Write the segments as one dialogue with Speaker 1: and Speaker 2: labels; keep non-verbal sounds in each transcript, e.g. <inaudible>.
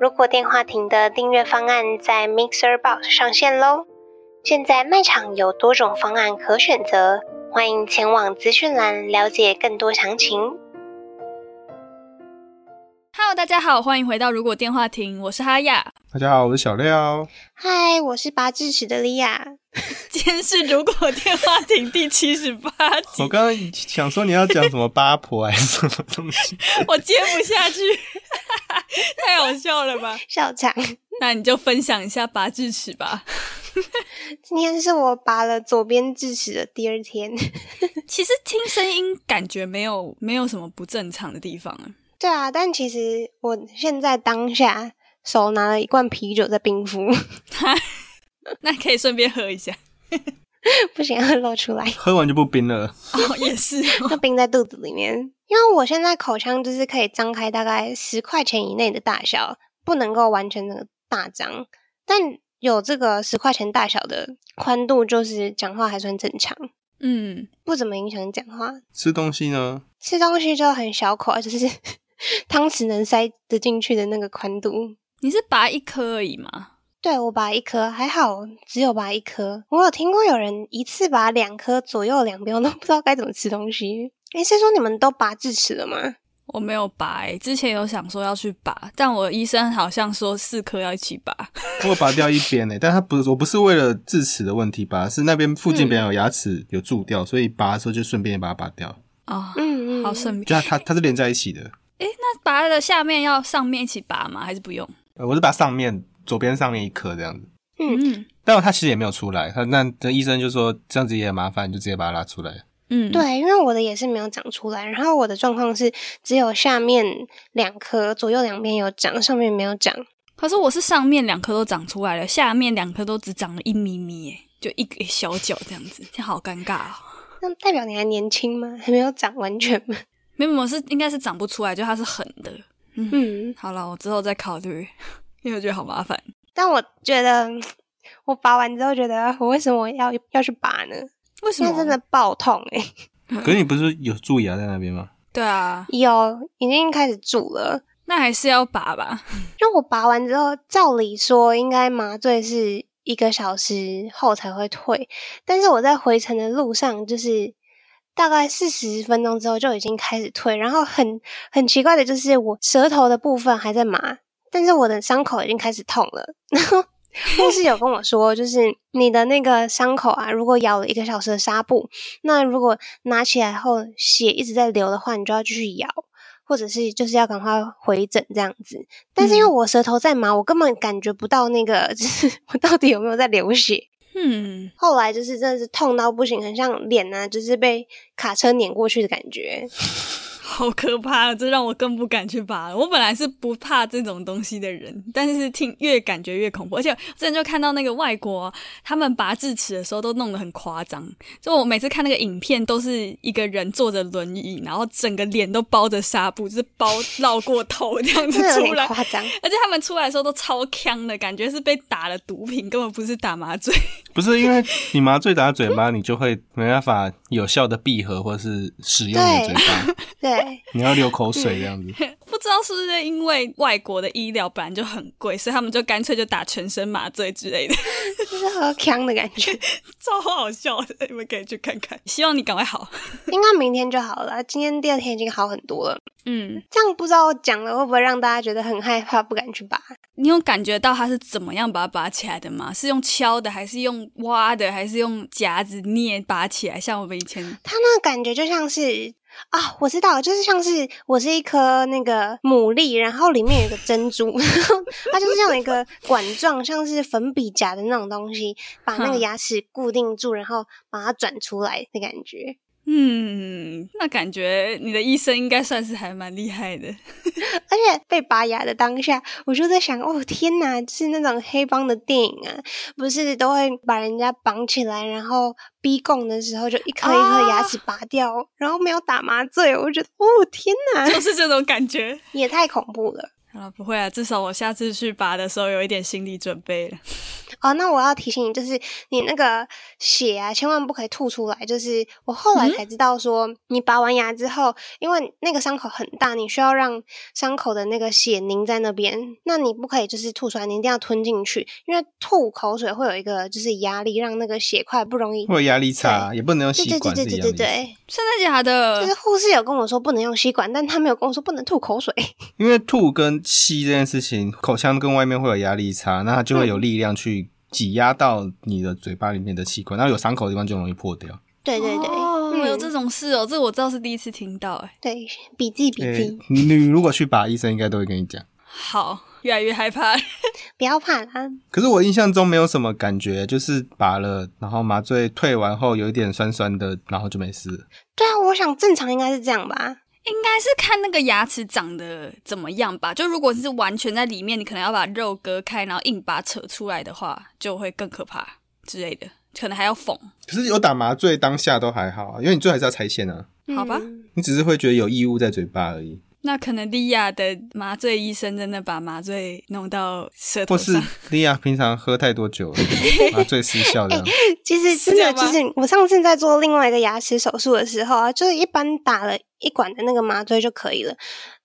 Speaker 1: 如果电话亭的订阅方案在 Mixer Box 上线喽。现在卖场有多种方案可选择，欢迎前往资讯栏了解更多详情。
Speaker 2: Hello，大家好，欢迎回到《如果电话亭》，我是哈雅。 <laughs>
Speaker 3: 大家好，我是小廖。
Speaker 1: 嗨，我是拔智齿的莉亚。
Speaker 2: 今天是《如果电话亭》第七十八集，
Speaker 3: 我刚刚想说你要讲什么八婆还是什么东西，
Speaker 2: 我接不下去， <laughs> 太好笑了吧？
Speaker 1: 校长，
Speaker 2: 那你就分享一下拔智齿 <laughs> 吧。
Speaker 1: <laughs> 今天是我拔了左边智齿的第二天。 <laughs>
Speaker 2: 其实听声音感觉没有没有什么不正常的地方啊。
Speaker 1: 对啊，但其实我现在当下手拿了一罐啤酒在冰敷， <laughs>
Speaker 2: 那可以顺便喝一下
Speaker 1: 不行要露出来。
Speaker 3: 喝完就不冰了。
Speaker 2: <laughs> 哦，也是哦
Speaker 1: 就冰在肚子里面。因为我现在口腔就是可以张开大概十块钱以内的大小，不能够完全整个大张，但有这个十块钱大小的宽度，就是讲话还算正常，
Speaker 2: 嗯，
Speaker 1: 不怎么影响讲话。
Speaker 3: 吃东西呢？
Speaker 1: 吃东西就很小口，啊就是 <laughs> 汤匙能塞得进去的那个宽度。
Speaker 2: 你是拔一颗而已吗？
Speaker 1: 对我拔一颗还好，只有拔一颗。我有听过有人一次拔两颗左右两边，我都不知道该怎么吃东西。诶，是说你们都拔智齿了吗？
Speaker 2: 我没有拔、欸，之前有想说要去拔，但我医生好像说四颗要一起拔。
Speaker 3: 我有拔掉一边呢、欸但它不是，我不是为了智齿的问题拔，是那边附近别人有牙齿有蛀掉，所以拔的时候就顺便把它拔掉。
Speaker 2: 啊、
Speaker 1: 嗯嗯，
Speaker 2: 好顺便。
Speaker 3: <laughs> 就它它它是连在一起的，
Speaker 2: 那拔的下面要上面一起拔吗？还是不用？
Speaker 3: 呃我是拔上面左边上面一颗这样子。
Speaker 2: 嗯
Speaker 3: 但它其实也没有出来，他那那医生就说这样子也很麻烦，你就直接把它拉出来。
Speaker 2: 嗯，
Speaker 1: 对，因为我的也是没有长出来，然后我的状况是只有下面两颗，左右两边有长，上面没有长。
Speaker 2: 可是我是上面两颗都长出来了，下面两颗都只长了一咪咪耶，就一个小角这样子，这样好尴尬哦。
Speaker 1: 那代表你还年轻吗？还没有长完全吗？ <laughs>
Speaker 2: 没有，没有是应该是长不出来，就它是横的。
Speaker 1: 嗯，
Speaker 2: 好了，我之后再考虑，因为我觉得好麻烦。
Speaker 1: 但我觉得我拔完之后觉得啊我为什么要要去拔呢？
Speaker 2: 为什
Speaker 1: 现
Speaker 2: 么？
Speaker 1: 在真的爆痛哎、
Speaker 3: 可是你不是有蛀牙在那边吗？
Speaker 2: 对啊，
Speaker 1: 有已经开始蛀了。
Speaker 2: 那还是要拔吧。
Speaker 1: 让我拔完之后，照理说应该麻醉是一个小时后才会退，但是我在回程的路上，就是大概四十分钟之后就已经开始退，然后很很奇怪的就是我舌头的部分还在麻，但是我的伤口已经开始痛了， <laughs> 然后。护士有跟我说，就是你的那个伤口啊，如果咬了一个小时的纱布，那如果拿起来后血一直在流的话，你就要继续咬，或者是就是要赶快回诊这样子。但是因为我舌头在麻，我根本感觉不到那个，就是我到底有没有在流血。
Speaker 2: 嗯，
Speaker 1: 后来就是真的是痛到不行，很像脸啊，就是被卡车碾过去的感
Speaker 2: <laughs>
Speaker 1: 觉。
Speaker 2: 好可怕，这让我更不敢去拔了。我本来是不怕这种东西的人，但是听越感觉越恐怖。而且之前就看到那个外国、他们拔智齿的时候都弄得很夸张，就我每次看那个影片都是一个人坐着轮椅，然后整个脸都包着纱布，就是包绕过头这样子
Speaker 1: 真 <laughs> 的有
Speaker 2: 出
Speaker 1: 点
Speaker 2: 来。
Speaker 1: 夸张，
Speaker 2: 而且他们出来的时候都超呛的，感觉是被打了毒品，根本不是打麻醉。
Speaker 3: 不是因为你麻醉打嘴巴，你就会没办法有效的闭合或是使用你的嘴巴，
Speaker 1: 对，
Speaker 3: 你要流口水这样
Speaker 1: <laughs>
Speaker 3: 子。
Speaker 2: 不知道是不是因为外国的医疗本来就很贵，所以他们就干脆就打全身麻醉之类的。
Speaker 1: 就是喝呛的感
Speaker 2: <laughs>
Speaker 1: 觉。
Speaker 2: 超好笑的，你们可以去看看。希望你赶快好。
Speaker 1: 应该明天就好了，今天第二天已经好很多了。
Speaker 2: 嗯，
Speaker 1: 这样不知道我讲了会不会让大家觉得很害怕，不敢去拔？
Speaker 2: 你有感觉到它是怎么样把它拔起来的吗？是用敲的，还是用挖的，还是用夹子捏拔起来？像我们以前，
Speaker 1: 它那个感觉就像是啊，我知道了，就是像是我是一颗那个牡蛎，然后里面有一个珍珠， <laughs> 然后它就是这样一个管状，像是粉笔夹的那种东西，把那个
Speaker 2: 哼
Speaker 1: 牙齿固定住，然后把它转出来的感觉。
Speaker 2: 嗯，那感觉你的医生应该算是还蛮厉害 <laughs> 的。
Speaker 1: 而且被拔牙的当下，我就在想，哦天哪，就是那种黑帮的电影啊，不是都会把人家绑起来，然后逼供的时候就一颗一颗牙齿拔掉，然后没有打麻醉，我觉得，哦天
Speaker 2: <laughs>
Speaker 1: 哪，
Speaker 2: 就是这种感觉。
Speaker 1: 也太恐怖了。
Speaker 2: 好了，不会啊，至少我下次去拔的时候有一点心理准备了。
Speaker 1: 哦，那我要提醒你，就是你那个血啊，千万不可以吐出来。就是我后
Speaker 3: 嗯
Speaker 1: 来才知道说，你拔完牙之后，因为那个伤口很大，你需要让伤口的那个血凝在那边，那你不可以就是吐出来，你一定要吞进去，因为吐口水会有一个就是压力，让那个血块不容易。
Speaker 3: 会有压力差，也不能用
Speaker 1: 对
Speaker 3: 吸
Speaker 1: 对对
Speaker 3: 管
Speaker 1: 对
Speaker 3: 是
Speaker 1: 对
Speaker 3: 一样的
Speaker 1: 对
Speaker 3: 意思。
Speaker 1: 对，
Speaker 2: 真的假的？
Speaker 1: 就是护士有跟我说不能用吸管，但他没有跟我说不能吐口水。
Speaker 3: 因为吐跟吸这件事情，口腔跟外面会有压力差，那它就会有力量去挤压到你的嘴巴里面的气管，然后有伤口的地方就容易破掉。
Speaker 1: 对对对，
Speaker 2: 哦，
Speaker 1: 嗯
Speaker 2: 有这种事哦，这我倒是第一次听到。哎，
Speaker 1: 对笔记笔
Speaker 3: 诶
Speaker 1: 记，
Speaker 3: 你你如果去拔，医生应该都会跟你讲。
Speaker 2: 好，越来越害怕。
Speaker 1: 不要怕啦。
Speaker 3: 可是我印象中没有什么感觉，就是拔了，然后麻醉退完后有一点酸酸的，然后就没事了。
Speaker 1: 对啊，我想正常应该是这样吧。
Speaker 2: 应该是看那个牙齿长得怎么样吧。就如果是完全在里面，你可能要把肉割开，然后硬把它扯出来的话，就会更可怕之类的，可能还要缝。
Speaker 3: 可是有打麻醉当下都还好啊，因为你最后还是要拆线啊，
Speaker 2: 好吧
Speaker 1: 嗯
Speaker 3: 你只是会觉得有异物在嘴巴而已，
Speaker 2: 那可能莉亚的麻醉医生真的把麻醉弄到舌头
Speaker 3: 或是
Speaker 2: 上，
Speaker 3: 莉亚平常喝太多酒了，
Speaker 2: <laughs>
Speaker 3: 麻醉失效这样。
Speaker 1: 其实
Speaker 2: 是
Speaker 1: 真的，
Speaker 2: 这样
Speaker 1: 就
Speaker 2: 吗
Speaker 1: 是我上次在做另外一个牙齿手术的时候啊，就是一般打了一管的那个麻醉就可以了。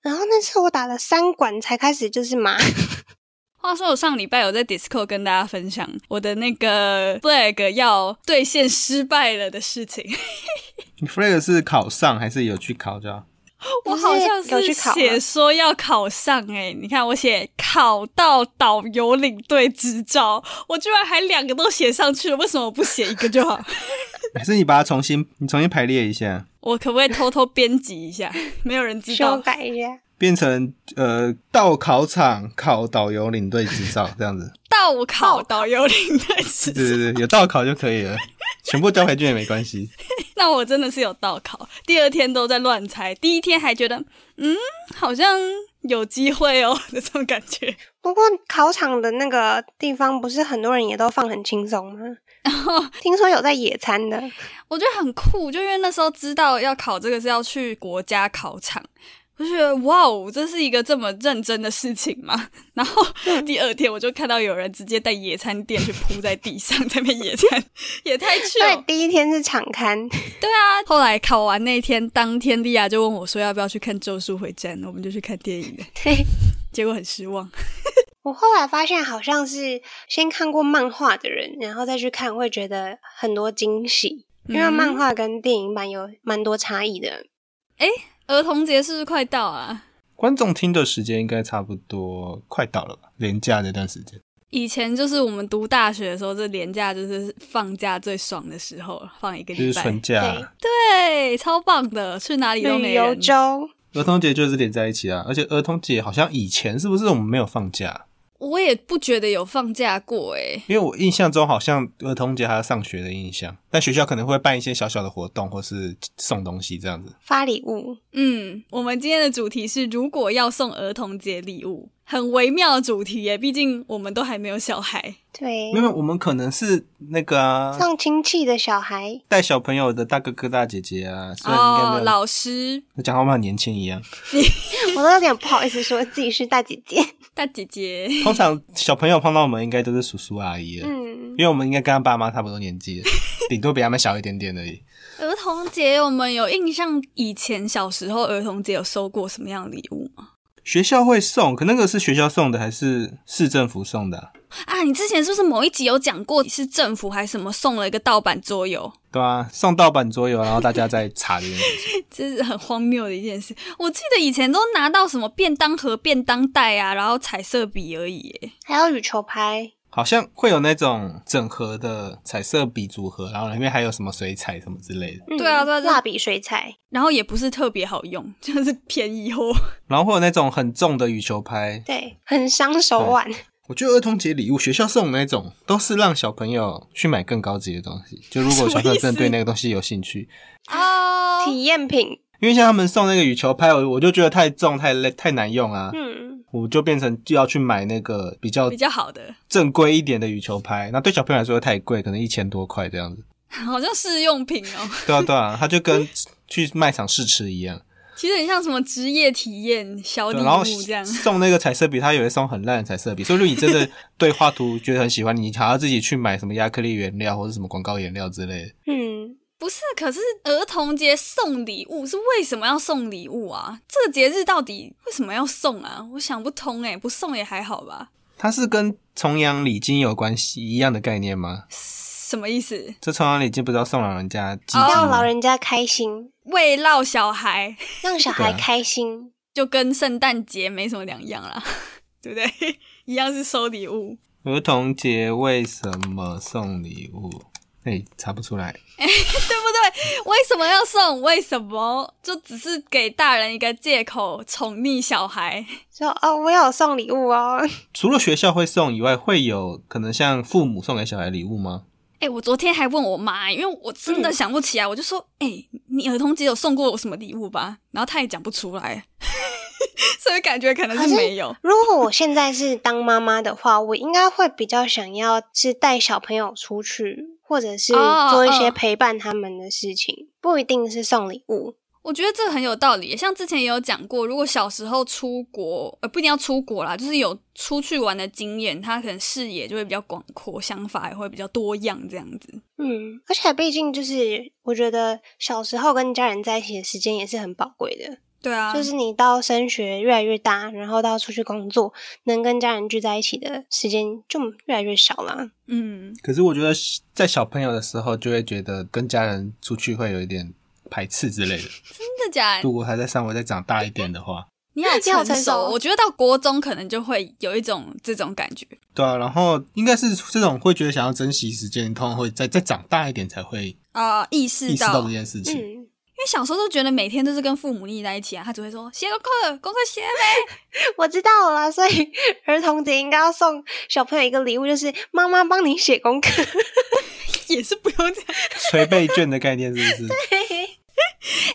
Speaker 1: 然后那次我打了三管才开始就是麻，
Speaker 2: 话说我上礼拜有在 Disco 跟大家分享我的那个 flag 要兑现失败了的事情，
Speaker 3: 你 flag 是考上还是有去考这样？
Speaker 2: <laughs> 我好像
Speaker 1: 有
Speaker 2: 是
Speaker 1: 去考吗
Speaker 2: 写说要考上哎、你看我写考到导游领队执照，我居然还两个都写上去了，为什么我不写一个就好？
Speaker 3: 还是你把它重新你重新排列一下，
Speaker 2: <laughs> 我可不可以偷偷编辑一下？没有人知
Speaker 1: 修
Speaker 2: 道。 <laughs>
Speaker 1: 改一下。
Speaker 3: 变成呃到考场考导游领队执照这
Speaker 2: <laughs>
Speaker 3: 样子？
Speaker 2: 到考导游领队执
Speaker 3: 对
Speaker 2: 照，
Speaker 3: 对对，有到考就可以了，全部交回去也没关系。
Speaker 2: 那我真的是有到考。第二天都在乱猜，第一天还觉得嗯，好像有机会哦 <laughs> 的这种感觉。
Speaker 1: 不过考场的那个地方，不是很多人也都放很轻松
Speaker 2: <laughs>
Speaker 1: 吗？听说有在野餐的，
Speaker 2: 我觉得很酷，就因为那时候知道要考这个是要去国家考场，我就觉得哇哦，这是一个这么认真的事情吗？ <laughs> 然后第二天我就看到有人直接带野餐垫去铺在地上，在那边野餐， <laughs> 也太糗。
Speaker 1: 对，第一天是场刊，
Speaker 2: 哎对啊，后来考完那天，当天莉亚就问我说要不要去看《咒术回战》，我们就去看电 <laughs> 影了，
Speaker 1: 对。
Speaker 2: 结果很失望。
Speaker 1: 我后来发现，好像是先看过漫画的人，然后再去看，会觉得很多惊喜，因为
Speaker 2: 嗯
Speaker 1: 漫画跟电影版有蛮多差异的。
Speaker 2: 儿童节是不是快到啊？
Speaker 3: 观众听的时间应该差不多快到了吧？廉价这段时间，
Speaker 2: 以前就是我们读大学的时候，这年假就是放假最爽的时候，放一个
Speaker 3: 就
Speaker 2: 礼
Speaker 3: 是
Speaker 2: 拜
Speaker 3: 春。假，
Speaker 2: 对，超棒的，去哪里都
Speaker 1: 旅
Speaker 2: 没
Speaker 1: 游
Speaker 2: 人。
Speaker 1: 周，
Speaker 3: 儿童节就是连在一起啊。而且儿童节好像以前是不是我们没有放假？
Speaker 2: 我也不觉得有放假过欸诶、
Speaker 3: 因为我印象中好像儿童节还要上学的印象，但学校可能会办一些小小的活动或是送东西这样子。
Speaker 1: 发礼物，
Speaker 2: 嗯，我们今天的主题是如果要送儿童节礼物，很微妙的主题耶、毕竟我们都还没有小孩。
Speaker 1: 对
Speaker 3: 没，有，我们可能是那个啊，
Speaker 1: 送亲戚的小
Speaker 2: <laughs>
Speaker 1: 孩，
Speaker 3: 带小朋友的大哥哥大姐姐啊，虽然应该
Speaker 2: 哦，
Speaker 3: 没有，
Speaker 2: 老师
Speaker 3: 我讲话我们很年轻一样。
Speaker 1: 我都有点不好意思说自己是大姐
Speaker 3: <laughs>
Speaker 1: 姐。
Speaker 2: 大姐姐，
Speaker 3: 通常小朋友碰到我们应该都是叔叔阿姨了，
Speaker 1: 嗯
Speaker 3: 因，为我们应该跟他爸妈差不多年纪
Speaker 2: <laughs>
Speaker 3: 了，顶多比他们小一点点而已。
Speaker 2: 儿童节我们有印象，以前小时候儿童节有收过什么样的礼物吗？
Speaker 3: 学校会送，可那个是学校送的还是市政府送的啊、
Speaker 2: 啊，你之前是不是某一集有讲过是政府还是什么送了一个盗版桌游？
Speaker 3: 对啊，送盗版桌游，然后大家再查这件事情。
Speaker 2: 这是很荒谬的一件事。我记得以前都拿到什么便当盒、便当袋啊，然后彩色笔而已耶。
Speaker 1: 还有羽球拍，
Speaker 3: 好像会有那种整盒的彩色笔组合，然后里面还有什么水彩什么之类的，
Speaker 1: 嗯
Speaker 2: 对啊对啊对啊
Speaker 1: 蜡笔水彩，
Speaker 2: 然后也不是特别好用，就是便宜货。
Speaker 3: 然后会有那种很重的羽球拍，哦
Speaker 2: 哦
Speaker 1: 对，很伤手腕。
Speaker 3: 我觉得儿童节礼物学校送的那种，都是让小朋友去买更高级的东西。就如果小朋友真的对那个东西有兴趣，
Speaker 2: 哦， <laughs>
Speaker 1: 体验品，
Speaker 3: 因为像他们送那个羽球拍，我我就觉得太重、太累、太难用啊，
Speaker 1: 嗯，
Speaker 3: 我就变成就要去买那个比较
Speaker 2: 比较好的，
Speaker 3: 正规一点的羽球拍。那对小朋友来说太贵，可能一千多块这样子。
Speaker 2: 好像试用品哦，
Speaker 3: <laughs> 对啊，对啊，他就跟去卖场试吃
Speaker 2: <laughs>
Speaker 3: 一样。
Speaker 2: 其实很像什么职业体验小礼
Speaker 3: 对，然后
Speaker 2: 物这样。
Speaker 3: <laughs> 送那个彩色笔，他也会送很烂的彩色笔。所以如果你真的对画图觉得很喜欢，你还要自己去买什么亚克力原料或者什么广告颜料之类的。
Speaker 1: 嗯，
Speaker 2: 不是，可是儿童节送礼物是为什么要送礼物啊？这个节日到底为什么要送啊？我想不通哎、不送也还好吧？
Speaker 3: 它是跟重阳礼金有关系一样的概念吗？ <laughs>
Speaker 2: 什么意思？
Speaker 3: 这重阳礼金不是要送老人家鸡鸡
Speaker 2: 哦
Speaker 1: 让
Speaker 3: 吗？
Speaker 1: 老人家开心，
Speaker 2: 慰劳小孩
Speaker 1: 让小
Speaker 3: 对
Speaker 1: 孩
Speaker 3: 啊
Speaker 1: 开心，
Speaker 2: 就跟圣诞节没什么两样啦， <laughs> 对不对？ <laughs> 一样是收礼物。
Speaker 3: 儿童节为什么送礼物？哎、查不出来。
Speaker 2: 对不对？为什么要送？为什么？就只是给大人一个借口宠溺小孩。
Speaker 1: 说哦，我有送礼物哦，
Speaker 3: 除了学校会送以外，会有可能像父母送给小孩礼物吗？
Speaker 2: 哎、我昨天还问我妈、因为我真的想不起来，我就说，哎、你儿童节有送过我什么礼物吧？然后她也讲不出来， <laughs> 所以感觉可能是没有。
Speaker 1: 如果我现在是当妈妈的话，我应该会比较想要是带小朋友出去，或者是
Speaker 2: 哦
Speaker 1: 做一些
Speaker 2: 哦
Speaker 1: 陪伴他们的事情，不一定是送礼物。
Speaker 2: 我觉得这很有道理，像之前也有讲过，如果小时候出国，呃，不一定要出国啦，就是有出去玩的经验，他可能视野就会比较广阔，想法也会比较多样，这样子。
Speaker 1: 嗯，而且毕竟就是，我觉得小时候跟家人在一起的时间也是很宝贵的。
Speaker 2: 对啊，
Speaker 1: 就是你到升学越来越大，然后到出去工作，能跟家人聚在一起的时间就越来越少啦。
Speaker 2: 嗯，
Speaker 3: 可是我觉得在小朋友的时候，就会觉得跟家人出去会有一点排斥之
Speaker 2: <laughs>
Speaker 3: 类的。
Speaker 2: 真的假的
Speaker 3: 如？果他在稍微再长大一点的话，
Speaker 2: 你好哦
Speaker 1: 你好成熟
Speaker 2: 我觉得到国中可能就会有一种这种感觉。
Speaker 3: 对啊，然后应该是这种会觉得想要珍惜时间，通常会再再长大一点才会
Speaker 2: 啊、意识
Speaker 3: 意识
Speaker 2: 到，
Speaker 3: 到这件事
Speaker 1: 嗯，
Speaker 3: 情。
Speaker 2: 因为小时候就觉得每天都是跟父母腻在一起啊，他只会说写功课，功课写没，
Speaker 1: 我知道了啦，所以儿童节应该要送小朋友一个礼物，就是妈妈帮你写功课。
Speaker 2: 也是不用这样。
Speaker 3: 捶背卷的概念是
Speaker 2: <laughs>
Speaker 3: 不是？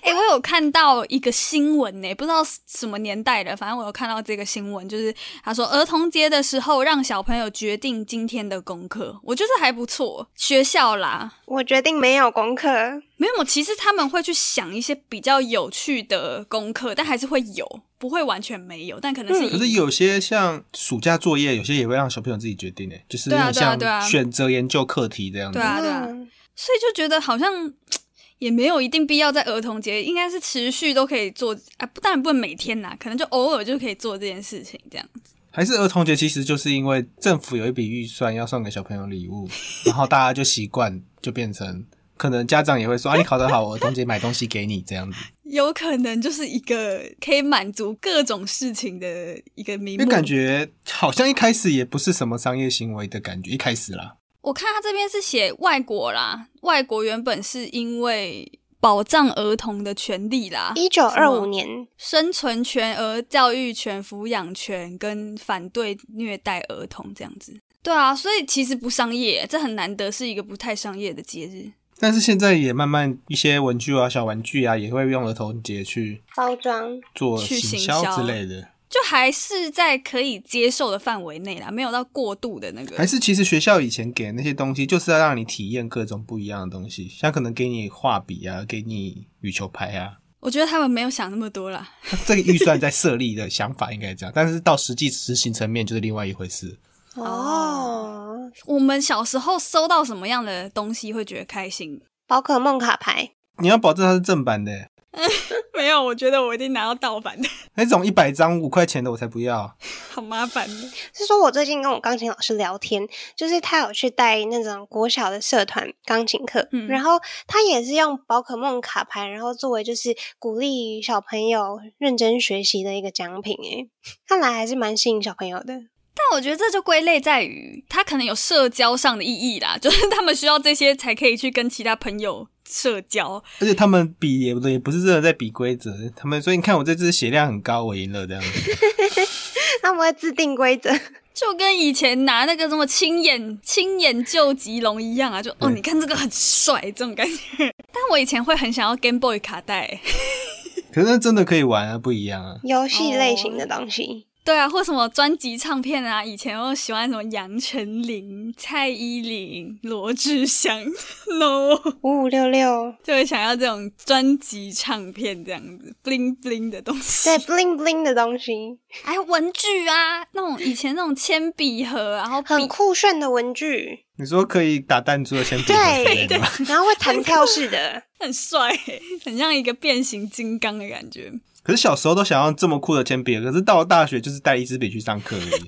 Speaker 2: 哎、我有看到一个新闻呢、不知道什么年代的，反正我有看到这个新闻，就是他说儿童节的时候让小朋友决定今天的功课，我觉得还不错。学校啦，
Speaker 1: 我决定没有功课。
Speaker 2: 没有，其实他们会去想一些比较有趣的功课，但还是会有，不会完全没有，但可能是、
Speaker 1: 嗯
Speaker 3: 可是有些像暑假作业，有些也会让小朋友自己决定诶，欸就是
Speaker 2: 对啊
Speaker 3: 那种
Speaker 2: 对啊对
Speaker 3: 像
Speaker 2: 啊
Speaker 3: 选择研究课题这样子
Speaker 2: 对。啊，对啊。
Speaker 1: 嗯
Speaker 2: 所以就觉得好像也没有一定必要在儿童节，应该是持续都可以做啊，不当然不能每天啦，可能就偶尔就可以做这件事情这样。
Speaker 3: 还是儿童节，其实就是因为政府有一笔预算要送给小朋友礼
Speaker 2: <laughs>
Speaker 3: 物，然后大家就习惯，就变成可能家长也会说啊，你考得好，我儿童节买东西给你这样
Speaker 2: <laughs>
Speaker 3: 子。
Speaker 2: 有可能就是一个可以满足各种事情的一个名
Speaker 3: 因
Speaker 2: 目。
Speaker 3: 为感觉好像一开始也不是什么商业行为的感觉，一开始啦，
Speaker 2: 我看他这边是写外国啦，外国原本是因为保障儿童的权利啦，
Speaker 1: 一九
Speaker 2: 啊什
Speaker 1: 二
Speaker 2: 么
Speaker 1: 五年，
Speaker 2: 生存权、而教育权、抚养权跟反对虐待儿童这样子。对啊，所以其实不商业，这很难得是一个不太商业的节日。
Speaker 3: 但是现在也慢慢一些文具啊、小玩具啊，也会用儿童节去
Speaker 1: 包装，
Speaker 3: 做
Speaker 2: 去
Speaker 3: 行
Speaker 2: 行
Speaker 3: 销
Speaker 2: 销
Speaker 3: 之类的。
Speaker 2: 就还是在可以接受的范围内啦，没有到过度的那个。
Speaker 3: 还是其实学校以前给的那些东西，就是要让你体验各种不一样的东西，像可能给你画笔啊，给你羽球拍啊。
Speaker 2: 我觉得他们没有想那么多啦。
Speaker 3: <laughs> 这个预算在设立的想法应该这样，但是到实际执行层面就是另外一回事。
Speaker 1: 哦，
Speaker 2: 我们小时候收到什么样的东西会觉得开心？
Speaker 1: 宝可梦卡牌，
Speaker 3: 你要保证它是正版的，
Speaker 2: <laughs> 没有，我觉得我一定拿到盗版的， <laughs>
Speaker 3: 那种一百张五块钱的我才不要。
Speaker 2: 好麻烦的。
Speaker 1: 是说我最近跟我钢琴老师聊天，就是他有去带那种国小的社团钢琴课，
Speaker 2: 嗯
Speaker 1: 然后他也是用宝可梦卡牌，然后作为就是鼓励小朋友认真学习的一个奖品，诶，看来还是蛮吸引小朋友的。
Speaker 2: 但我觉得这就归类在于，它可能有社交上的意义啦， <laughs> 就是他们需要这些才可以去跟其他朋友社交。
Speaker 3: 而且他们比也不也不是真的在比规则，他们所以你看我这只血量很高，我赢了这样子。
Speaker 1: 他们会制定规则， <laughs>
Speaker 2: 就跟以前拿那个什么亲眼亲眼救吉龙一样啊，就哦，
Speaker 3: 对
Speaker 2: 你看这个很帅这种感觉。 <laughs> 但我以前会很想要 Game Boy 卡带、欸
Speaker 3: 可是那真的可以玩啊，不一样啊。
Speaker 1: 游戏类型的东西。
Speaker 2: 对啊，或什么专辑唱片啊，以前我喜欢什么杨丞琳、蔡依林、罗志祥，no，
Speaker 1: 五五六六，
Speaker 2: <laughs> 就会想要这种专辑唱片这样子，bling bling 的东西。
Speaker 1: 对，bling bling 的东西，
Speaker 2: 还有文具啊，那种以前那种铅笔盒，然后
Speaker 1: 很
Speaker 2: 笔，
Speaker 1: 酷炫的文具，
Speaker 3: 你说可以打弹珠的铅笔盒之
Speaker 1: 对
Speaker 3: 类的吗？，
Speaker 1: 然后会弹跳式
Speaker 2: <laughs>
Speaker 1: 的，
Speaker 2: 很帅欸，很像一个变形金刚的感觉。
Speaker 3: 可是小时候都想要这么酷的铅笔，可是到了大学就是带一支笔去上
Speaker 1: <laughs>
Speaker 3: 课而已，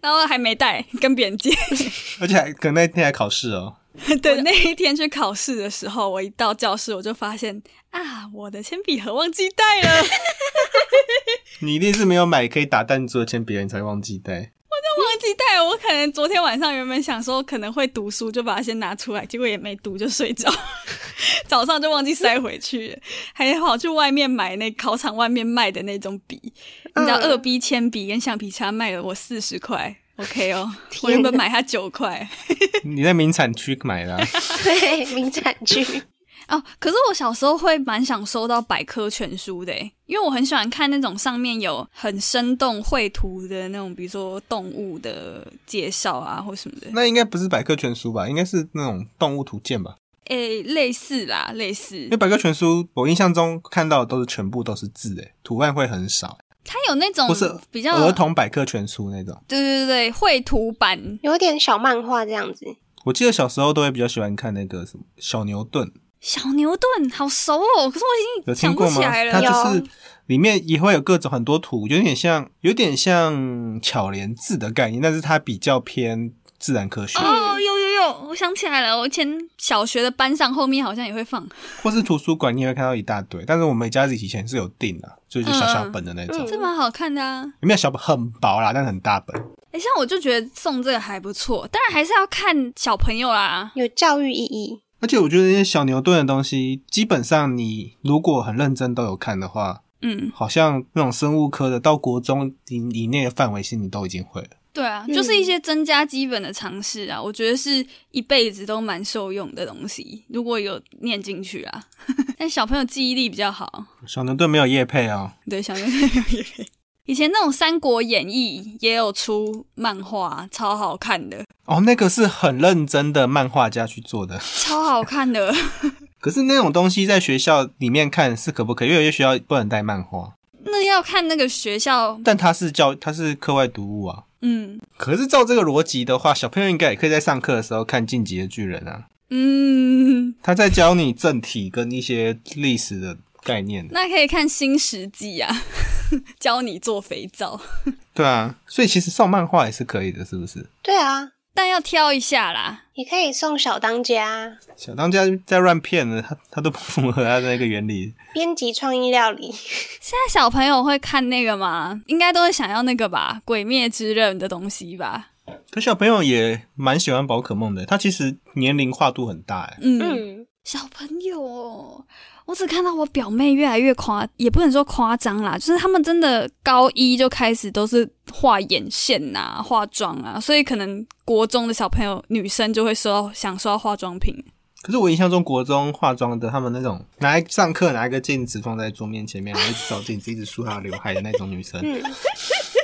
Speaker 2: 然后还没带，跟别人借。
Speaker 3: 而且还可能那天还考试哦。
Speaker 2: 对，那一天去考试的时候，我一到教室我就发现啊，我的铅笔盒忘记带了。
Speaker 3: 你一定是没有买可以打弹珠的铅笔，你才忘记带。
Speaker 2: 忘记带，我可能昨天晚上原本想说可能会读书，就把它先拿出来，结果也没读就睡着， <laughs> 早上就忘记塞回去，还好去外面买那考场外面卖的那种笔，你知道
Speaker 1: 嗯
Speaker 2: 二 B 铅笔跟橡皮擦卖了我四十块，OK 哦，我
Speaker 1: 天哪
Speaker 2: 原本买它九块
Speaker 3: 你在名产区买啊啦、
Speaker 1: 对，名产剧，
Speaker 2: 哦，可是我小时候会蛮想收到百科全书的诶，因为我很喜欢看那种上面有很生动绘图的那种，比如说动物的介绍啊或什么的。
Speaker 3: 那应该不是百科全书吧？应该是那种动物图鉴吧？
Speaker 2: 诶、类似啦，类似
Speaker 3: 因为。百科全书，我印象中看到的都是全部都是字，诶，图案会很少，
Speaker 2: 它有那种
Speaker 3: 或是
Speaker 2: 比较
Speaker 3: 儿，童百科全书那种。
Speaker 2: 对对对，绘图版
Speaker 1: 有点小漫画这样子，
Speaker 3: 我记得小时候都会比较喜欢看那个什么小牛顿，
Speaker 2: 小牛顿，好熟哦，可是我已经
Speaker 3: 有听
Speaker 2: 想不
Speaker 3: 过
Speaker 2: 起
Speaker 3: 吗？
Speaker 2: 来
Speaker 3: 它
Speaker 2: 了。
Speaker 3: 就是
Speaker 1: 有
Speaker 3: 里面也会有各种很多图，有点像有点像巧连字的概念，但是它比较偏自然科学，
Speaker 2: 哦，有有有，我想起来了，我以前小学的班上后面好像也会放，
Speaker 3: 或是图书馆你也会看到一大堆。但是我们家以前是有订的、就是小小本的那种，
Speaker 1: 嗯
Speaker 2: 这蛮好看的啊。
Speaker 3: 里面小本很薄啦，但很大本。
Speaker 2: 诶，像我就觉得送这个还不错，当然还是要看小朋友啦。
Speaker 1: 有教育意义，
Speaker 3: 而且我觉得那些小牛顿的东西，基本上你如果很认真都有看的话，
Speaker 2: 嗯，
Speaker 3: 好像那种生物科的到国中以以内的范围，其实你都已经会了。
Speaker 2: 对啊，
Speaker 1: 嗯
Speaker 2: 就是一些增加基本的常识啊，我觉得是一辈子都蛮受用的东西，如果有念进去啊。 <laughs> 但小朋友记忆力比较好，
Speaker 3: 小牛顿没有叶配哦，
Speaker 2: 对，小牛顿有叶配。 <laughs> 以前那种《三国演义》也有出漫画，超好看的，
Speaker 3: 哦，那个是很认真的漫画家去做的。
Speaker 2: 超好看的。 <laughs>
Speaker 3: 可是那种东西在学校里面看是可不可以？因为有些学校不能带漫画，
Speaker 2: 那要看那个学校，
Speaker 3: 但它是教它是课外读物啊。
Speaker 2: 嗯
Speaker 3: 可是照这个逻辑的话，小朋友应该也可以在上课的时候看《进击的巨人》啊，
Speaker 2: 嗯，
Speaker 3: 他在教你政体跟一些历史的概念。啊
Speaker 2: 那可以看《新石纪》啊， <laughs> 教你做肥皂，
Speaker 3: 对啊，所以其实送漫画也是可以的，是不是？
Speaker 1: 对啊，
Speaker 2: 但要挑一下啦。
Speaker 1: 也可以送小当家、
Speaker 3: 小当家在乱骗了，他他都不符合他的那个原理。 <laughs>
Speaker 1: 编辑创意料理，
Speaker 2: 现在小朋友会看那个吗？应该都会想要那个吧，《鬼灭之刃》的东西吧。
Speaker 3: 可小朋友也蛮喜欢宝可梦的，他其实年龄跨度很大哎。
Speaker 2: 嗯，
Speaker 1: 嗯，
Speaker 2: 小朋友哦，我只看到我表妹越来越夸，也不能说夸张啦，就是他们真的高一就开始都是画眼线呐、化妆啊，所以可能国中的小朋友女生就会收到想收到化妆品。
Speaker 3: 可是我印象中国中化妆的，他们那种拿来上课拿一个镜子放在桌面前面，然后一直照镜子，一直梳她的刘海的那种女生，
Speaker 1: 嗯
Speaker 3: <laughs>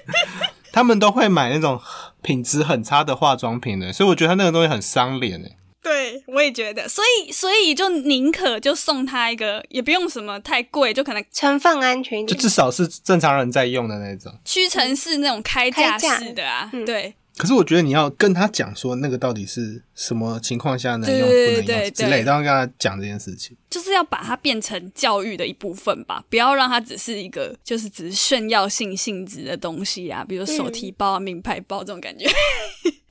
Speaker 3: 他们都会买那种品质很差的化妆品的，所以我觉得他那个东西很伤脸哎。
Speaker 2: 对，我也觉得，所以所以就宁可就送她一个，也不用什么太贵，就可能
Speaker 1: 存放安全一
Speaker 3: 就
Speaker 1: 点
Speaker 3: 至，少是正常人在用的那种。
Speaker 2: 屈臣氏那种开
Speaker 1: 架
Speaker 2: 架
Speaker 1: 式
Speaker 2: 式的啊，
Speaker 1: 嗯
Speaker 2: 对，
Speaker 3: 可是我觉得你要跟他讲说那个到底是什么情况下能用、
Speaker 2: 对
Speaker 3: 不能
Speaker 2: 对
Speaker 3: 用之类
Speaker 2: 对
Speaker 3: 的，然后跟他讲这件事情。
Speaker 2: 就是要把它变成教育的一部分吧，不要让它只是一个就是只是炫耀性性质的东西啊，比如手提包啊、名牌包这种感觉。 <laughs>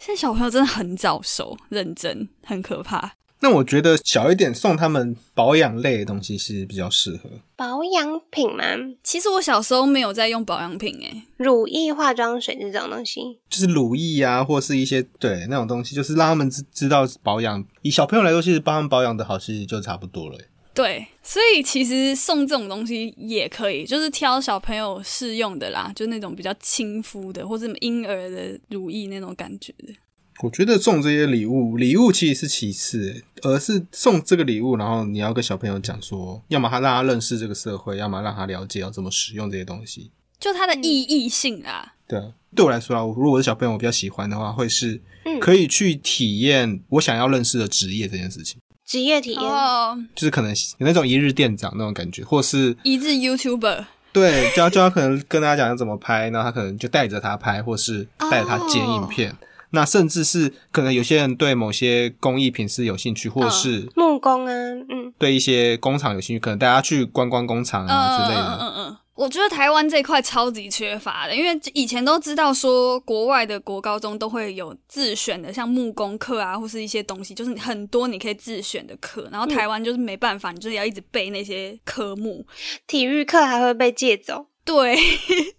Speaker 2: 现在小朋友真的很早熟，认真很可怕。
Speaker 3: 那我觉得小一点送他们保养类的东西是比较适合。
Speaker 1: 保养品嘛，
Speaker 2: 其实我小时候没有在用保养品欸诶、
Speaker 1: 乳液、化妆水这种东西，
Speaker 3: 就是乳液啊，或是一些对那种东西，就是让他们知知道保养。以小朋友来说，其实帮他们保养的好，其实就差不多了。
Speaker 2: 对，所以其实送这种东西也可以，就是挑小朋友适用的啦，就那种比较亲肤的，或者婴儿的乳液那种感觉的。
Speaker 3: 我觉得送这些礼物，礼物其实是其次欸，而是送这个礼物，然后你要跟小朋友讲说，要么他让他认识这个社会，要么让他了解要怎么使用这些东西。
Speaker 2: 就它的意义性啦，
Speaker 3: 对啊，对我来说啊，我如果我是小朋友，我比较喜欢的话，会是
Speaker 1: 嗯
Speaker 3: 可以去体验我想要认识的职业这件事情，
Speaker 1: 职业体验，
Speaker 2: 哦、
Speaker 3: 就是可能有那种一日店长那种感觉，或是
Speaker 2: 一致 YouTuber
Speaker 3: 对，就要就要可能跟大家讲要怎么拍，然后他可能就带着他拍，或是带
Speaker 2: 哦
Speaker 3: 着他剪影片。那甚至是可能有些人对某些工艺品是有兴趣，或
Speaker 2: 嗯
Speaker 3: 是
Speaker 1: 木工啊，嗯，
Speaker 3: 对一些工厂有兴趣，可能大家去观光工厂啊之
Speaker 2: 嗯
Speaker 3: 类的。
Speaker 2: 嗯嗯嗯，我觉得台湾这一块超级缺乏的，因为以前都知道说国外的国高中都会有自选的，像木工课啊，或是一些东西，就是很多你可以自选的课。
Speaker 3: 嗯
Speaker 2: 然后台湾就是没办法，你就是要一直背那些科
Speaker 3: <laughs>
Speaker 2: 目。
Speaker 1: 体育课还会被借走，
Speaker 2: 对，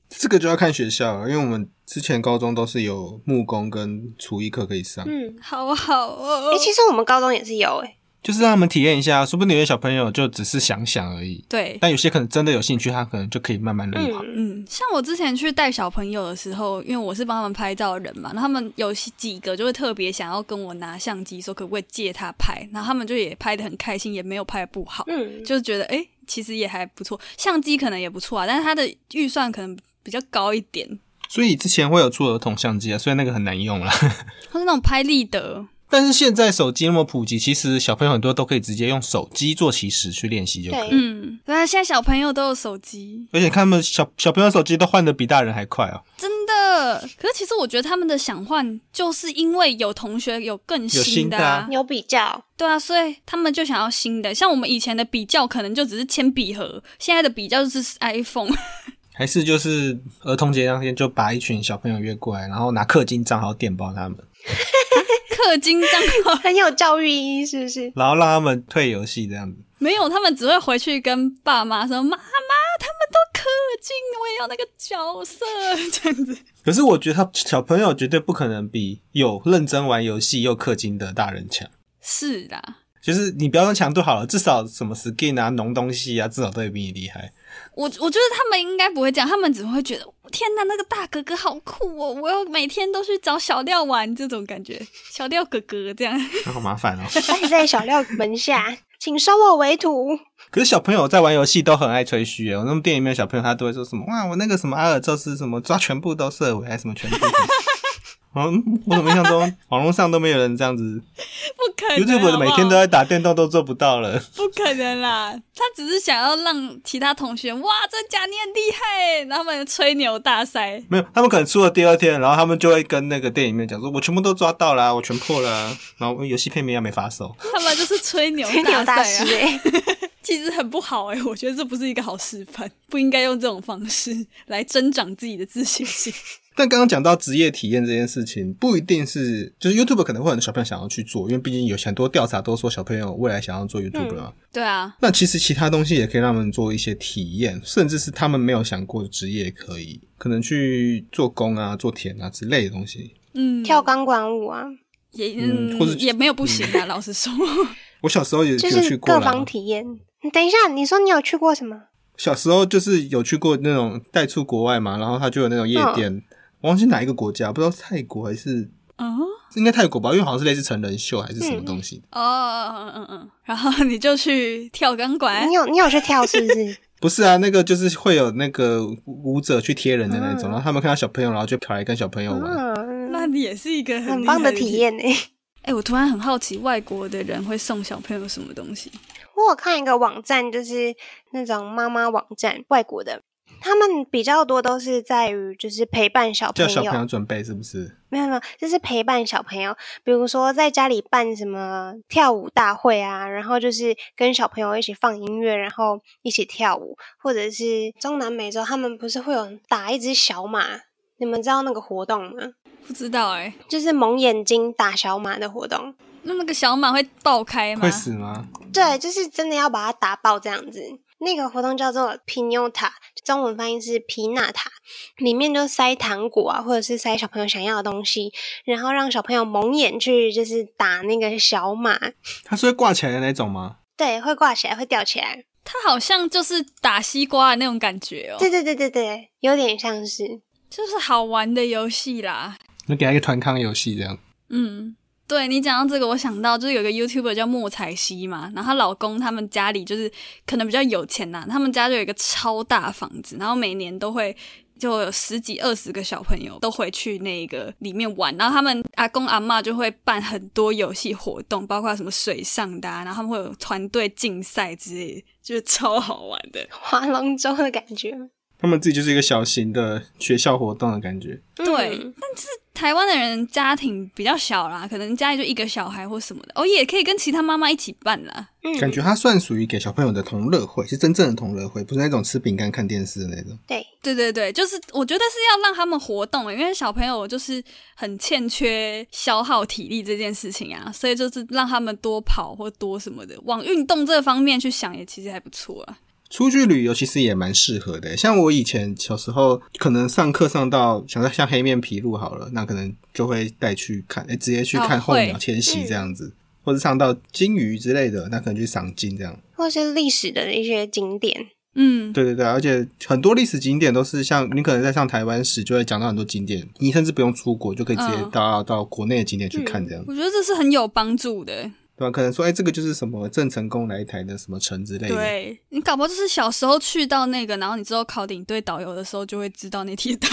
Speaker 3: 这个就要看学校了，因为我们之前高中都是有木工跟厨艺课可以上，
Speaker 1: 嗯，
Speaker 2: 好好哦。
Speaker 1: 诶，其实我们高中也是有、诶。
Speaker 3: 就是让他们体验一下。说不定有些小朋友就只是想想而已，
Speaker 2: 对，
Speaker 3: 但有些可能真的有兴趣，他可能就可以慢慢练好。
Speaker 1: 嗯，
Speaker 2: 嗯，像我之前去带小朋友的时候，因为我是帮他们拍照的人嘛，然后他们有几个就会特别想要跟我拿相机，说可不可以借他拍，然后他们就也拍的很开心，也没有拍得不好，
Speaker 1: 嗯，
Speaker 2: 就觉得诶，其实也还不错，相机可能也不错啊，但是他的预算可能比较高一点，
Speaker 3: 所以之前会有出儿童相机啊，虽然那个很难用啦， <laughs>
Speaker 2: 或是那种拍立得，
Speaker 3: 但是现在手机那么普及，其实小朋友很多都可以直接用手机做起始去练习就可
Speaker 1: 对
Speaker 3: 以。
Speaker 2: 嗯，对啊，现在小朋友都有手机，
Speaker 3: 而且他们小小朋友手机都换的比大人还快哦，
Speaker 2: 真的。可是其实我觉得他们的想换，就是因为有同学有更新的、
Speaker 3: 有新的啊
Speaker 1: 有比较，
Speaker 2: 对啊，所以他们就想要新的，像我们以前的比较可能就只是铅笔盒，现在的比较就是 iPhone。 <laughs>
Speaker 3: 还是就是儿童节那天就把一群小朋友约过来，然后拿氪金账号电报他们，
Speaker 2: 氪金账号
Speaker 1: 很有教育意义，是不是？
Speaker 3: 然后让他们退游戏这样子。
Speaker 2: 没有，他们只会回去跟爸妈说：“妈妈，他们都氪金，我也要那个角色。” <laughs> 这样子，
Speaker 3: 可是我觉得他小朋友绝对不可能比有认真玩游戏又氪金的大人强。
Speaker 2: 是啦，
Speaker 3: 就是你不要用强度好了，至少什么 skin 啊、农东西啊，至少都会比你厉害。
Speaker 2: 我我觉得他们应该不会这样，他们只会觉得天哪，那个大哥哥好酷哦！我要每天都去找小廖玩，这种感觉，小廖哥哥这样。
Speaker 3: <laughs>
Speaker 2: <laughs>
Speaker 3: 那好麻烦哦。
Speaker 1: 待哎在小廖门下， <laughs> 请收我为徒。
Speaker 3: <laughs> 可是小朋友在玩游戏都很爱吹嘘耶，我那么电影里面的小朋友他都会说什么哇，我那个什么阿尔宙斯什么抓全部都射尾，还是什么全部都。嗯，我怎么印象 <laughs> 中网络上都没有人这样子
Speaker 2: 不可能
Speaker 3: ，YouTube 的每
Speaker 2: 好不
Speaker 3: 天
Speaker 2: 好
Speaker 3: 都在打电动都做不到了。
Speaker 2: 不可能啦，他只是想要让其他同学哇，真假你很厉害耶，然后他们吹牛大赛。
Speaker 3: 没有，他们可能出了第二天，然后他们就会跟那个电影里面讲说，我全部都抓到啦、啊我全破啦、然后游戏片名也没发售。
Speaker 2: 他们就是吹牛
Speaker 1: 吹牛
Speaker 2: 大
Speaker 1: 大
Speaker 2: 赛
Speaker 1: 师、欸
Speaker 2: 啊， <laughs>
Speaker 1: 诶，
Speaker 2: 其实很不好哎、我觉得这不是一个好示范，不应该用这种方式来增长自己的自信心。
Speaker 3: 但刚刚讲到职业体验这件事情，不一定是就是 YouTube 可能会很多小朋友想要去做，因为毕竟有很多调查都说小朋友未来想要做 YouTube 嘛。
Speaker 1: 嗯
Speaker 2: 对啊，
Speaker 3: 那其实其他东西也可以让他们做一些体验，甚至是他们没有想过的职业也可以，可能去做工啊、做田啊之类的东西。
Speaker 2: 嗯，
Speaker 1: 跳钢管舞啊，
Speaker 2: 也
Speaker 3: 嗯
Speaker 2: 嗯
Speaker 3: 或者
Speaker 2: 也没有不行啊，老实说，
Speaker 3: 我小时候也
Speaker 1: 就
Speaker 3: 有去
Speaker 1: 是
Speaker 3: 过
Speaker 1: 各
Speaker 3: 啦
Speaker 1: 方，体验。嗯等一下，你说你有去过什么？
Speaker 3: 小时候就是有去过那种带出国外嘛，然后他就有那种夜店，我忘记哪一个国家，不知道泰国还是
Speaker 2: 哦
Speaker 3: 应该泰国吧，因为好像是类似成人秀还是什
Speaker 1: 嗯
Speaker 3: 么东西，
Speaker 2: 哦嗯嗯嗯，然后你就去跳钢管
Speaker 1: 你，有你有去跳是不
Speaker 3: <laughs>
Speaker 1: 是？
Speaker 3: 不是啊，那个就是会有那个舞者去贴人的那种，
Speaker 1: 嗯
Speaker 3: 然后他们看到小朋友，然后就跑来跟小朋友玩。
Speaker 1: 嗯，
Speaker 2: 那你也是一个很
Speaker 1: 很棒的
Speaker 2: 厉害
Speaker 1: 体。验欸诶。
Speaker 2: 哎、我突然很好奇，外国的人会送小朋友什么东西？
Speaker 1: 我有看一个网站，就是那种妈妈网站，外国的，他们比较多都是在于就是陪伴小朋
Speaker 3: 叫
Speaker 1: 友，
Speaker 3: 小朋友准备是不是？
Speaker 1: 没有没有，就是陪伴小朋友，比如说在家里办什么跳舞大会啊，然后就是跟小朋友一起放音乐，然后一起跳舞，或者是中南美洲他们不是会有打一只小马，你们知道那个活动吗？
Speaker 2: 不知道哎、
Speaker 1: 就是蒙眼睛打小马的活动，
Speaker 2: 那那个小马会爆开吗
Speaker 3: 会？死吗？
Speaker 1: 对，就是真的要把它打爆这样子。那个活动叫做皮妞塔，中文翻译是皮纳塔，里面就塞糖果啊，或者是塞小朋友想要的东西，然后让小朋友蒙眼去，就是打那个小马。
Speaker 3: 它是会挂起来的那种吗？
Speaker 1: 对，会挂起来，会吊起来。
Speaker 2: 它好像就是打西瓜的那种感觉哦，
Speaker 1: 对对对对对，有点像是。 <laughs>
Speaker 2: 就是好玩的游戏啦。
Speaker 3: 就给他一个团康游戏这样。
Speaker 2: 嗯，对你讲到这个，我想到就是有一个 YouTuber 叫莫彩希嘛，然后她老公他们家里就是可能比较有钱呐、他们家就有一个超大房子，然后每年都会。就有十几二十个小朋友都回去那个里面玩，然后他们阿公阿嬷就会办很多游戏活动，包括什么水上的、啊，然后他们会有团队竞赛之类的，就是超好玩的。
Speaker 1: 划龙舟的感觉。
Speaker 3: 他们自己就是一个小型的学校活动的感觉，
Speaker 2: 对
Speaker 1: 嗯，
Speaker 2: 台湾的人家庭比较小啦，可能家里就一个小孩或什么的，哦，也可以跟其他妈妈一起办啦。
Speaker 1: 嗯
Speaker 3: 感觉它算属于给小朋友的同乐会，是真正的同乐会，不是那种吃饼干看电视的那种。
Speaker 1: 对，
Speaker 2: 对对对，就是我觉得是要让他们活动，欸因为小朋友就是很欠缺消耗体力这件事情啊，所以就是让他们多跑或多什么的，往运动这方面去想，也其实还不错啊。
Speaker 3: 出去旅游其实也蛮适合的，像我以前小时候，可能上课上到想到像黑面琵鹭好了，那可能就会带去看，诶直接去看
Speaker 2: 哦
Speaker 3: 候
Speaker 2: 会
Speaker 3: 鸟迁徙这样子，或者上到鲸鱼之类的，那可能去赏鲸这样。
Speaker 1: 或是历史的一些景点。
Speaker 2: 嗯，
Speaker 3: 对对对，而且很多历史景点都是像你可能在上台湾时就会讲到很多景点，你甚至不用出国就可以直接
Speaker 2: 嗯
Speaker 3: 到、到国内的景点去看这样，
Speaker 2: 我觉得这是很有帮助的。
Speaker 3: 对吧？可能说，哎、这个就是什么郑成功来台的什么城之类的，
Speaker 2: 对你搞不好就是小时候去到那个，然后你之后考领队导游的时候就会知道那铁蛋。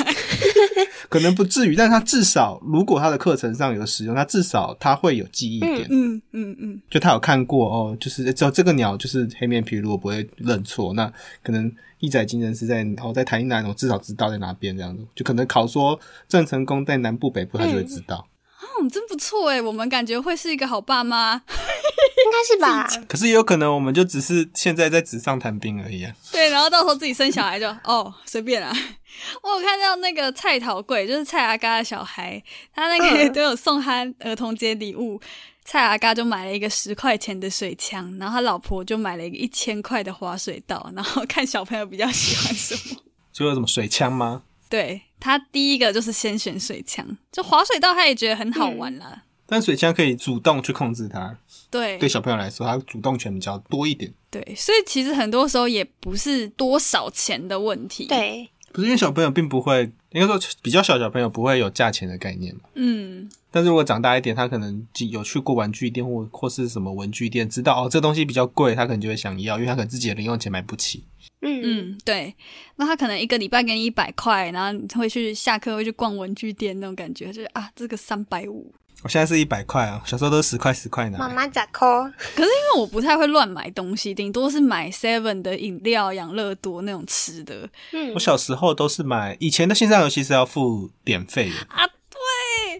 Speaker 3: 可能不至于，但他至少如果他的课程上有使用，他至少他会有记忆点，
Speaker 2: <laughs> 嗯嗯嗯，
Speaker 3: 就他有看过哦，就是只有这个鸟就是黑面琵鹭，我不会认错。那可能一载金人是在哦在台南，我至少知道在哪边这样子，就可能考说郑成功在南部北部，他就会知道。
Speaker 2: 哦，真不错哎，我们感觉会是一个好爸妈。
Speaker 1: 应该是吧？
Speaker 3: 可是也有可能我们就只是现在在纸上谈兵而已啊。
Speaker 2: 对，然后到时候自己生小孩就哦随便啦。 <laughs> 我有看到那个蔡桃贵，就是蔡阿嘎的小孩，他那个 <laughs> 都有送他儿童节礼物。蔡阿嘎就买了一个十块钱的水枪，然后他老婆就买了一个一千块的滑水道，然后看小朋友比较喜欢什么。 <laughs>
Speaker 3: 就有什么水枪吗？
Speaker 2: 对他第一个就是先选水枪，就滑水道他也觉得很好玩啦。
Speaker 3: 但水枪可以主动去控制它，
Speaker 2: 对
Speaker 3: 对小朋友来说，他主动权比较多一点。
Speaker 2: 对，所以其实很多时候也不是多少钱的问题。，
Speaker 1: 对，
Speaker 3: 不是因为小朋友并不会，应该说比较小的小朋友不会有价钱的概念嘛。
Speaker 2: 嗯，
Speaker 3: 但是如果长大一点，他可能有去过玩具店或或是什么文具店，知道哦这东西比较贵，他可能就会想要，因为他可能自己的零用钱买不起。
Speaker 1: 嗯
Speaker 2: 嗯，对，那他可能一个礼拜给你一百块，然后你会去下课会去逛文具店那种感觉，就是啊，这个三百五。
Speaker 3: 我现在是一百块啊，小时候都是十块十块拿
Speaker 1: 妈。妈咋抠？
Speaker 2: 可是因为我不太会乱买东西，顶多是买 Seven 的饮料、养乐多那种吃的
Speaker 1: 嗯
Speaker 3: 我，小时候都是买以前的线上游戏是要付点费的，
Speaker 2: 啊。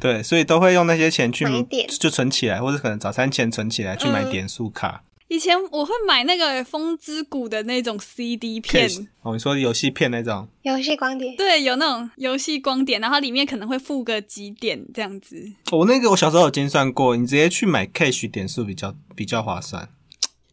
Speaker 3: 对，所以都会用那些钱去
Speaker 1: 哎买点
Speaker 3: 就存起来，或者可能早餐钱存起来去买
Speaker 2: 嗯
Speaker 3: 点数卡。
Speaker 2: 以前我会买那个风之谷的那种 CD 片，
Speaker 3: 哦，你说游戏片那种，
Speaker 1: 游戏光碟。
Speaker 2: 对，有那种游戏光点，然后里面可能会附个几点这样子。
Speaker 3: 哦我那个我小时候有精算过，你直接去买 cash 点数比较比较划算。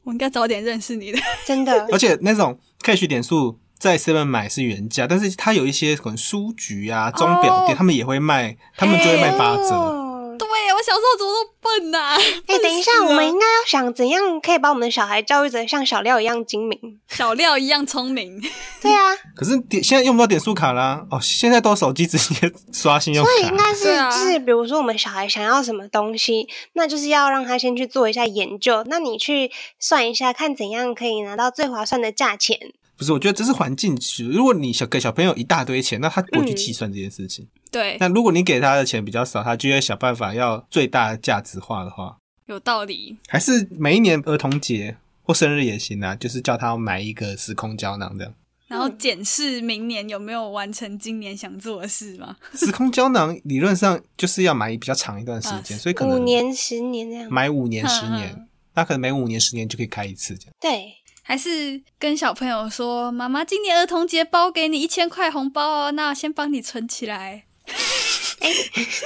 Speaker 2: 我应该早点认识你的。
Speaker 1: 真的
Speaker 3: 而且那种 cash 点数在 Seven 买是原价，但是它有一些可能书局啊、钟表店，
Speaker 2: 哦
Speaker 3: 他们也会卖，他们就会卖八折。
Speaker 1: 哦
Speaker 2: <laughs> 对，我小时候怎么都笨啊呐、
Speaker 1: 哎、
Speaker 2: 笨
Speaker 1: 等
Speaker 2: <laughs>
Speaker 1: 一下，
Speaker 2: 死
Speaker 1: 我
Speaker 2: 了
Speaker 1: 们应该要想怎样可以把我们的小孩教育的像小廖一样精明。
Speaker 2: 小廖一样聪明。
Speaker 1: 对啊，
Speaker 3: 可是点现在用不到点数卡啦，哦，现在都手机直接 <laughs> 刷信用
Speaker 1: 所以应
Speaker 3: 卡。
Speaker 1: 该是、
Speaker 2: 对啊
Speaker 1: 就是，比如说我们小孩想要什么东西，那就是要让他先去做一下研究，那你去算一下，看怎样可以拿到最划算的价钱。
Speaker 3: 不是，我觉得这是环境。如果你小给小朋友一大堆钱，那他不
Speaker 1: 嗯
Speaker 3: 会去计算这件事情。
Speaker 2: 对，
Speaker 3: 那如果你给他的钱比较少，他就会想办法要最大的价值化的话，
Speaker 2: 有道理。
Speaker 3: 还是每一年儿童节或生日也行啊，就是叫他买一个时空胶囊这样。
Speaker 2: 然后检视明年有没有完成今年想做的事嘛？
Speaker 3: 时空胶囊理论上就是要买比较长一段时间，
Speaker 2: 啊
Speaker 3: 所以可
Speaker 1: 五
Speaker 3: 能
Speaker 1: 年、十年这样，
Speaker 3: 买五年、十
Speaker 2: 嗯
Speaker 3: 年，那可能每五年、十年就可以开一次这样。
Speaker 1: 对，
Speaker 2: 还是跟小朋友说，妈妈今年儿童节包给你一千块红包哦，那先帮你存起来。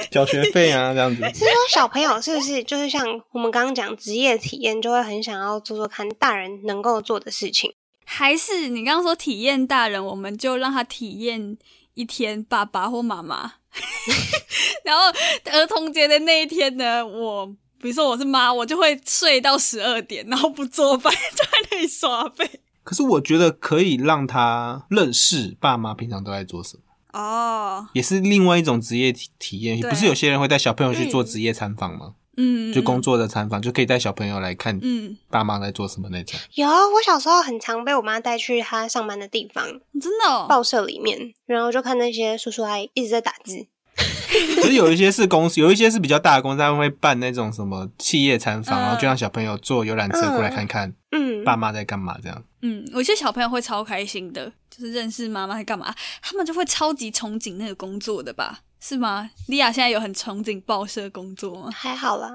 Speaker 3: 缴学费啊，这样子。
Speaker 1: 是说小朋友是不是 <laughs> 就是像我们刚刚讲职业体验，就会很想要做做看大人能够做的事情？
Speaker 2: 还是你刚刚说体验大人，我们就让他体验一天爸 <laughs> 爸或妈妈，然后儿童节的那一天呢，我比如说我是妈，我就会睡到十二点，然后不做饭， <laughs> 就在那里耍废。
Speaker 3: <laughs> 可是我觉得可以让他认识爸妈平常都在做什么，
Speaker 2: 哦，
Speaker 3: 也是另外一种职业体体验。
Speaker 2: 对啊
Speaker 3: 不是有些人会带小朋友去做
Speaker 1: 嗯
Speaker 3: 职业参访吗？
Speaker 2: 嗯，
Speaker 3: 就工作的参访，就可以带小朋友来看
Speaker 2: 嗯，
Speaker 3: 爸妈在做什么那种。
Speaker 1: 有，我小时候很常被我妈带去她上班的地方
Speaker 2: 嗯真的、哦，
Speaker 1: 报社里面，然后就看那些叔叔阿姨一直在打字。
Speaker 3: 可是有一些是公司，有一些是比较大的公司，他们会办那种什么企业参
Speaker 2: 嗯
Speaker 3: 访，然后就让小朋友坐游览车过来看看
Speaker 1: 嗯，
Speaker 3: 爸妈在干嘛这样。
Speaker 2: 嗯，有些小朋友会超开心的，就是认识妈妈在干嘛，他们就会超级憧憬那个工作的吧？是吗？莉亚现在有很憧憬报社工作
Speaker 3: <laughs>
Speaker 2: 吗？
Speaker 1: 还好啦。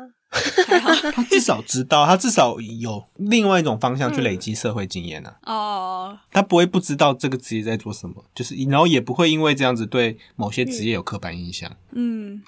Speaker 2: 还好
Speaker 3: 他至少知道，他至少有另外一种方向去累积社会经验啊。
Speaker 2: 哦，
Speaker 3: 他不会不知道这个职业在做什么，就是然后也不会因为这样子对某些职业有刻板印象。
Speaker 2: 嗯，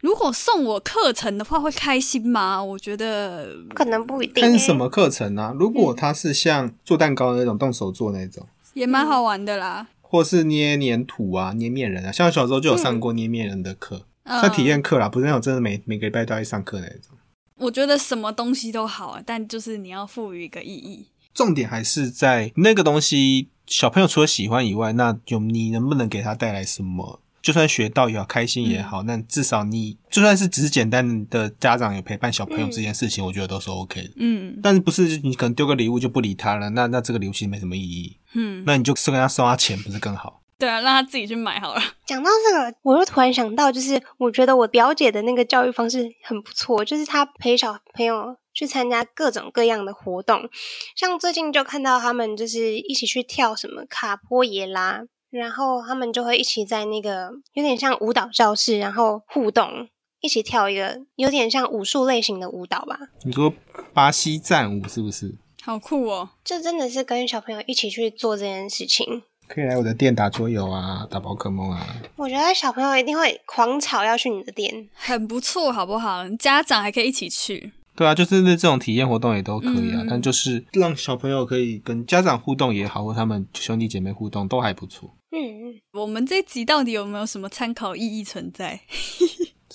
Speaker 2: 如果送我课程的话，会开心吗？我觉得
Speaker 1: 可能不一定、
Speaker 3: 看
Speaker 1: 欸。
Speaker 3: 是什么课程啊？如果他是像做蛋糕的那种动手做那种，
Speaker 2: 也蛮好玩的啦。
Speaker 3: 或是捏黏土啊、捏面人啊，像我小时候就有上过捏面人的课，
Speaker 2: 嗯
Speaker 3: 算体验课啦，不是那种真的每每个礼拜都要去上课那种。
Speaker 2: 我觉得什么东西都好，啊但就是你要赋予一个意义。
Speaker 3: 重点还是在那个东西，小朋友除了喜欢以外，那有你能不能给他带来什么？就算学到也好，开心也好，那至少你就算是只是简单的家长有陪伴小朋友这件事情，我觉得都是 OK 的。
Speaker 2: 嗯
Speaker 3: 但是不是你可能丢个礼物就不理他了？那那这个礼物其实没什么意义，
Speaker 2: 嗯，
Speaker 3: 那你就是跟他收他钱不是更好？
Speaker 2: 对啊，让他自己去买好了。
Speaker 1: 讲到这个，我又突然想到，就是我觉得我表姐的那个教育方式很不错，就是她陪小朋友去参加各种各样的活动，像最近就看到他们就是一起去跳什么卡波耶拉，然后他们就会一起在那个有点像舞蹈教室，然后互动。一起跳一个有点像武术类型的舞蹈吧，
Speaker 3: 你说巴西战舞是不是？
Speaker 2: 好酷哦！
Speaker 1: 这真的是跟小朋友一起去做这件事情，
Speaker 3: 可以来我的店打桌游啊，打宝可梦啊。
Speaker 1: 我觉得小朋友一定会狂吵要去你的店。
Speaker 2: 很不错，好不好？家长还可以一起去。
Speaker 3: 对啊，就是那这种体验活动也都可以啊，
Speaker 2: 嗯
Speaker 3: 但就是让小朋友可以跟家长互动也好，或他们兄弟姐妹互动都还不错。
Speaker 1: 嗯， <laughs>
Speaker 2: 我们这一集到底有没有什么参考意义存在？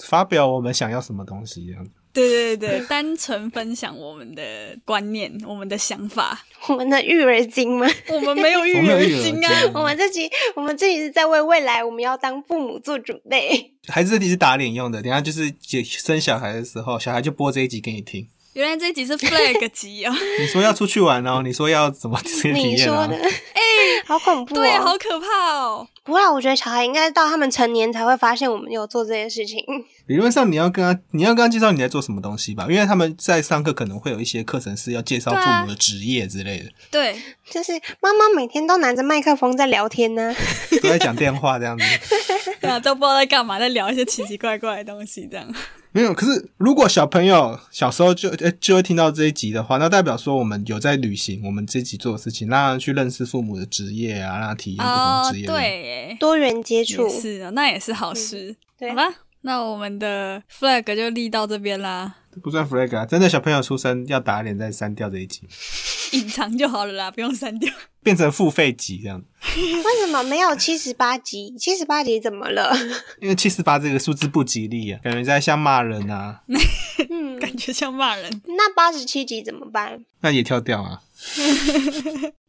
Speaker 3: 发表我们想要什么东西这样子，
Speaker 2: 对 <laughs> 对对，单纯分享我们的观念、我们的想 <laughs> 法，
Speaker 1: 我们的育儿经吗？ <laughs>
Speaker 2: 我们没有育
Speaker 3: 我们
Speaker 2: 儿
Speaker 3: 有育儿
Speaker 2: 经啊。
Speaker 3: 经
Speaker 1: 我们自己，我们自己是在为未来我们要当父母做准备。
Speaker 3: 还是这集是打脸用的，等一下就是姐生小孩的时候，小孩就播这一集给你听。
Speaker 2: 原来这一集是 flag 集 <laughs> 啊！
Speaker 3: 你说要出去玩哦，你说要怎么这些体
Speaker 1: 你
Speaker 3: 验
Speaker 1: 说
Speaker 3: 啊
Speaker 1: 的？，哎、好恐怖、哦！
Speaker 2: 对，好可怕哦。
Speaker 1: 不过我觉得小孩应该到他们成年才会发现我们有做这件事情。
Speaker 3: 理论上你要跟他，你要跟他介绍你在做什么东西吧，因为他们在上课可能会有一些课程是要介绍
Speaker 2: 对啊
Speaker 3: 父母的职业之类的，
Speaker 2: <laughs> 对，
Speaker 1: 就是妈妈每天都拿着麦克风在聊天呢、
Speaker 3: 都在讲电话这样子。
Speaker 2: 对啊，都不知道在干嘛，在聊一些奇奇怪怪的东西，这样。
Speaker 3: 没有，可是如果小朋友小时候就呃就会听到这一集的话，那代表说我们有在旅行，我们这一集做的事情，让他去认识父母的职业啊，让他体验不同
Speaker 2: 哦
Speaker 3: 的职，业。
Speaker 2: 对耶，
Speaker 1: 多元接触
Speaker 2: 也。是啊，那也是好事。
Speaker 1: 对
Speaker 2: <laughs> 好啦，那我们的 flag 就立到这边啦，
Speaker 3: 这不算 flag 啊！真的小朋友出生要打脸再删掉这一集，
Speaker 2: 隐藏就好了啦，不用删掉。
Speaker 3: 变成付费集这样。
Speaker 1: 为什么没有七十八集？七十八集怎么
Speaker 2: <laughs>
Speaker 1: 了？
Speaker 3: 因为七十八这个数字不吉利啊，感觉在像骂人啊，
Speaker 1: 嗯，
Speaker 2: 感觉像骂人。
Speaker 1: 那八十七集怎么办？
Speaker 3: 那也跳掉啊。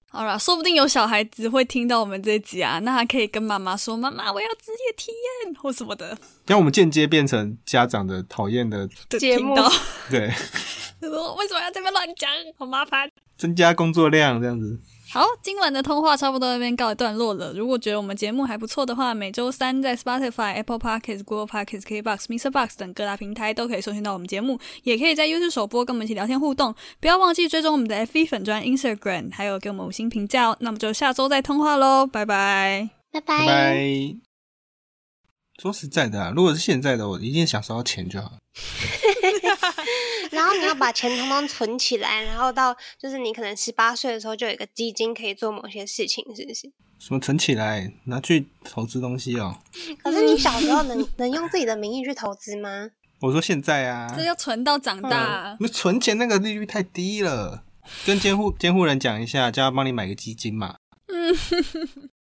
Speaker 2: 好啦，说不定有小孩子会听到我们这一集啊，那他可以跟妈妈说：“妈妈，我要职业体验或什么的。
Speaker 3: 让我们间接变成家长的讨厌的，”
Speaker 2: 就
Speaker 1: 节
Speaker 2: 听
Speaker 1: 目
Speaker 2: 到， <laughs>
Speaker 3: 对， <laughs>
Speaker 2: 就说为什么要这边乱讲，好麻烦。
Speaker 3: 增加工作量这样子。
Speaker 2: 好，今晚的通话差不多到这边告一段落了。如果觉得我们节目还不错的话，每周三在 Spotify、Apple Podcasts、Google Podcasts、KBox、Mr. Box 等各大平台都可以收听到我们节目，也可以在 YouTube 首播跟我们一起聊天互动。不要忘记追踪我们的 FB 粉专、Instagram，还有给我们五星评价哦。那我们就下周再通话喽，拜拜。
Speaker 1: 拜
Speaker 3: 拜拜。说实在的、啊，如果是现在的我，一定想收到钱就好了。
Speaker 1: 然后你要把钱通通存起来，然后到就是你可能十八岁的时候就有一个基金可以做某些事情，是不是？
Speaker 3: 什么存起来，拿去投资东西哦。
Speaker 1: 可是你小时候
Speaker 3: <laughs>
Speaker 1: 能能用自己的名义去投资吗？
Speaker 3: 我说现在啊
Speaker 2: 这，要存到长大。啊
Speaker 3: 那存钱那个利率太低了，跟监护监护人讲一下，叫他帮你买个基金嘛。